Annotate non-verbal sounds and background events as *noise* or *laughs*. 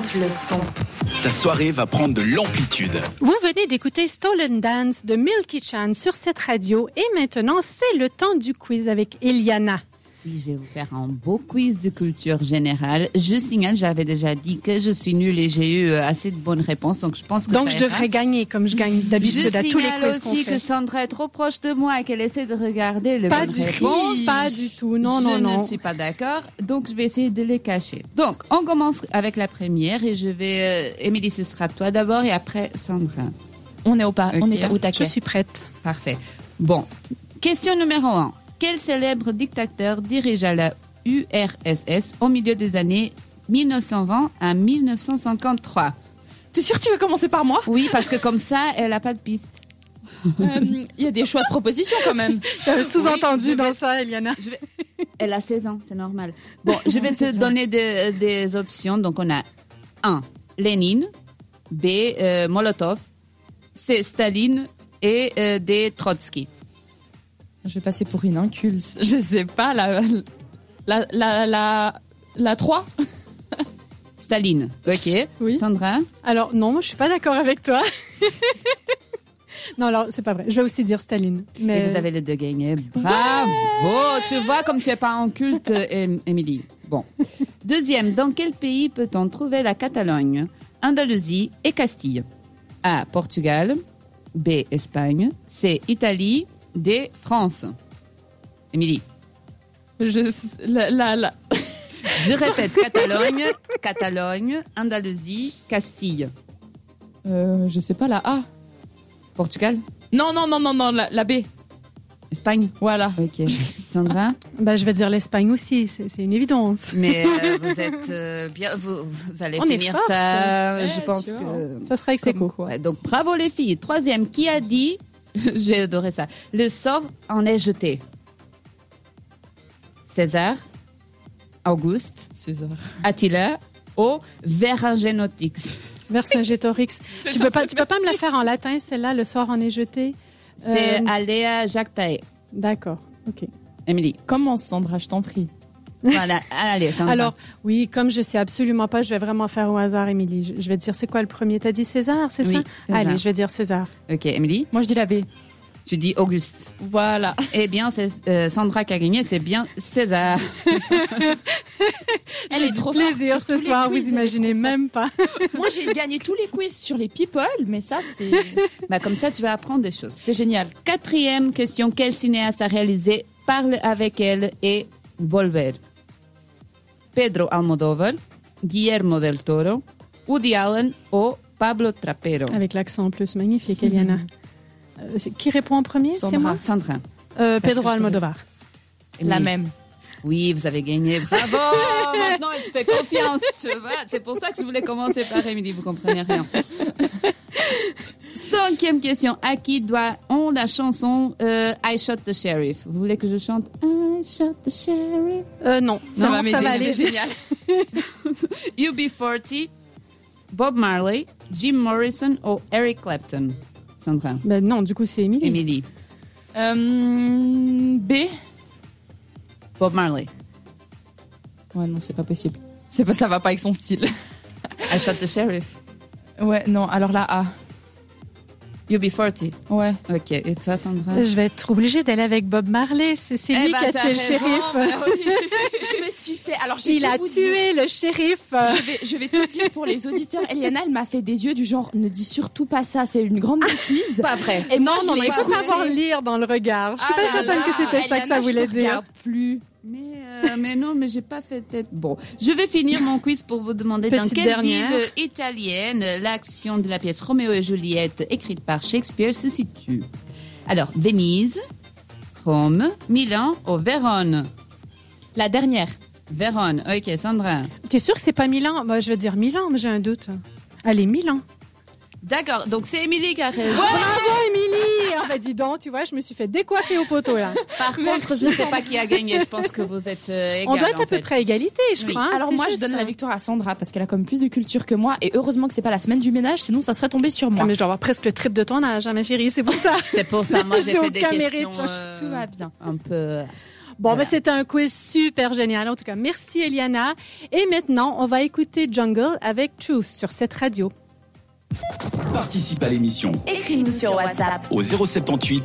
monte le son. Ta soirée va prendre de l'amplitude. Vous venez d'écouter Stolen Dance de Milky Chan sur cette radio et maintenant c'est le temps du quiz avec Eliana. Oui, je vais vous faire un beau quiz de culture générale. Je signale, j'avais déjà dit que je suis nulle et j'ai eu euh, assez de bonnes réponses, donc je pense que Donc ça je ira. devrais gagner comme je gagne Je d'habitude à tous les signale quiz qu'on aussi que fait. Sandra est trop proche de moi et qu'elle essaie de regarder le Pas bonnes du réponses. tout, pas du tout. Non, je non, ne non. suis pas d'accord, donc je vais essayer de les cacher. Donc, on commence avec la première et je vais... euh, Émilie, ce sera toi d'abord et après Sandra. On est au, par- on Ok. est au Je taquet. suis prête. Parfait. Bon, question numéro 1. Quel célèbre dictateur dirigea la URSS au milieu des années 1920 à 1953 T'es sûr que tu veux commencer par moi Oui, parce que comme ça, elle n'a pas de piste. Euh, Il y a des choix de propositions quand même. Il y a un sous-entendu je dans ça, Eliana. Elle a 16 ans, c'est normal. Bon, je vais *laughs* te donner des, des options. Donc, on a 1. Lénine. B. euh, Molotov. C. Staline. Et euh, D. Trotsky. Je vais passer pour une inculse. Je sais pas, la. La. La. La, la 3 Staline. OK. Oui. Sandra Alors non, moi, je suis pas d'accord avec toi. *laughs* non, alors c'est pas vrai. Je vais aussi dire Staline. Mais Et vous avez les deux gagnés. Bravo Tu vois comme tu n'es pas *laughs* en culte, Em- Émilie. Bon. Deuxième, dans quel pays peut-on trouver la Catalogne, Andalousie et Castille A. Portugal. B. Espagne. C. Italie. D. France. Émilie. Je. La. la, la- Je répète, Catalogne, Catalogne, Andalousie, Castille. Euh, je sais pas, la A. Portugal Non, non, non, non, non, la, la B. Espagne Voilà. Ok. *laughs* Sandra Bah, je vais dire l'Espagne aussi. C'est c'est une évidence. Mais euh, vous êtes euh, bien, vous, vous allez On est finir fortes. ça. Eh, je tu pense vois. que. Ça serait avec ses Comme coups. quoi. Donc bravo les filles. Troisième, qui a dit, *laughs* j'ai adoré ça, le sort en est jeté César, Auguste, César. Attila ou Vercingetorix *laughs* Vercingétorix. tu peux pas, tu peux pas me la faire en latin. Celle-là, le sort en est jeté. C'est Euh, Aléa Jactae. D'accord. Ok. Émilie. Commence, Sandra, je t'en prie. Voilà, *laughs* allez, Sandra. Alors, oui, comme je sais absolument pas, je vais vraiment faire au hasard, Émilie. Je, je vais te dire, c'est quoi le premier T'as dit César, c'est Oui, ça César. Allez, je vais dire César. Ok, Émilie, Moi, je dis la B. tu dis Auguste. Voilà. Eh bien, c'est euh, Sandra qui a gagné, c'est bien César. Elle est trop Plaisir ce soir, vous imaginez même pas. *laughs* Moi, j'ai gagné tous les quiz sur les people, mais ça, c'est Bah, comme ça, tu vas apprendre des choses. c'est génial. Quatrième question, quel cinéaste a réalisé Parle avec elle et Volver Pedro Almodóvar, Guillermo del Toro, Woody Allen ou Pablo Trapero Avec l'accent en plus, magnifique, Eliana. Euh, c'est- qui répond en premier C'est Mm-hmm. Sandra. moi Ah, Sandra. Euh, Parce que Pedro je te- Almodovar. *laughs* La Oui. même. Oui, vous avez gagné. Bravo *laughs* Maintenant, elle te fait confiance. tu vois. C'est pour ça que je voulais commencer par Émilie, vous comprenez rien. Cinquième question. À qui doit-on la chanson euh, I Shot the Sheriff Vous voulez que je chante I Shot the Sheriff Euh, non, ça Non, va, mais ça va des- aller. C'est *laughs* génial. UB40, Bob Marley, Jim Morrison ou Eric Clapton Sandra. Ben non, du coup, c'est Émilie. Emily. Euh, B. Bob Marley. Ouais, non, c'est pas possible. C'est pas, ça va pas avec son style. I Shot the Sheriff. Ouais, non, alors la A. UB40. Ouais. Ok, et toi Sandra Je vais être obligée d'aller avec Bob Marley. C'est c'est Eh lui ben, qui a t'as tué le raison, shérif. bah *laughs* oui. je me suis fait. Alors, je vais Il tout a vous tué le shérif. dire. Euh, Je vais, je vais tout dire pour *laughs* les auditeurs. Eliana, elle m'a fait des yeux du genre ne dis surtout pas ça, c'est une grande bêtise. Pas vrai. Ah, Et bah, Non, moi, je non, l'ai mais il faut écouté. savoir lire dans le regard. Je suis Ah pas là certaine là, que c'était ça que ça Eliana, voulait je te dire. regarde plus. Mais, euh, mais non, mais j'ai pas fait tête. Bon, je vais finir mon quiz pour vous demander dans Petite quelle dernière. ville italienne l'action de la pièce Roméo et Juliette écrite par Shakespeare se situe. Alors, Venise, Rome, Milan ou Vérone La dernière. Vérone, ok, Sandra. T'es sûr que c'est pas Milan Moi, Je vais dire Milan, mais j'ai un doute. Allez, Milan. D'accord, donc c'est Émilie qui a raison. Bravo, Émilie Ah bah dis donc, tu vois, je me suis fait décoiffer au poteau, là. Par contre, je ne sais pas qui a gagné, je pense que vous êtes euh, On égales, doit être en à peu fait. près à égalité, je Oui. crois. hein, Alors c'est moi, je juste, donne hein. la victoire à Sandra parce qu'elle a quand même plus de culture que moi et heureusement que c'est pas la semaine du ménage, sinon ça serait tombé sur Ah, moi. mais je dois avoir presque le triple de ton âge, hein, ma chérie, c'est pour ça. *laughs* C'est pour ça, moi j'ai J'ai fait des aucun questions mérite, euh, Tout va bien. un peu... Bon, Voilà. ben, c'était un quiz super génial. En tout cas, merci Eliana. Et maintenant, on va écouter Jungle avec Truth sur cette radio. Participe à l'émission Écris-nous sur WhatsApp. au 078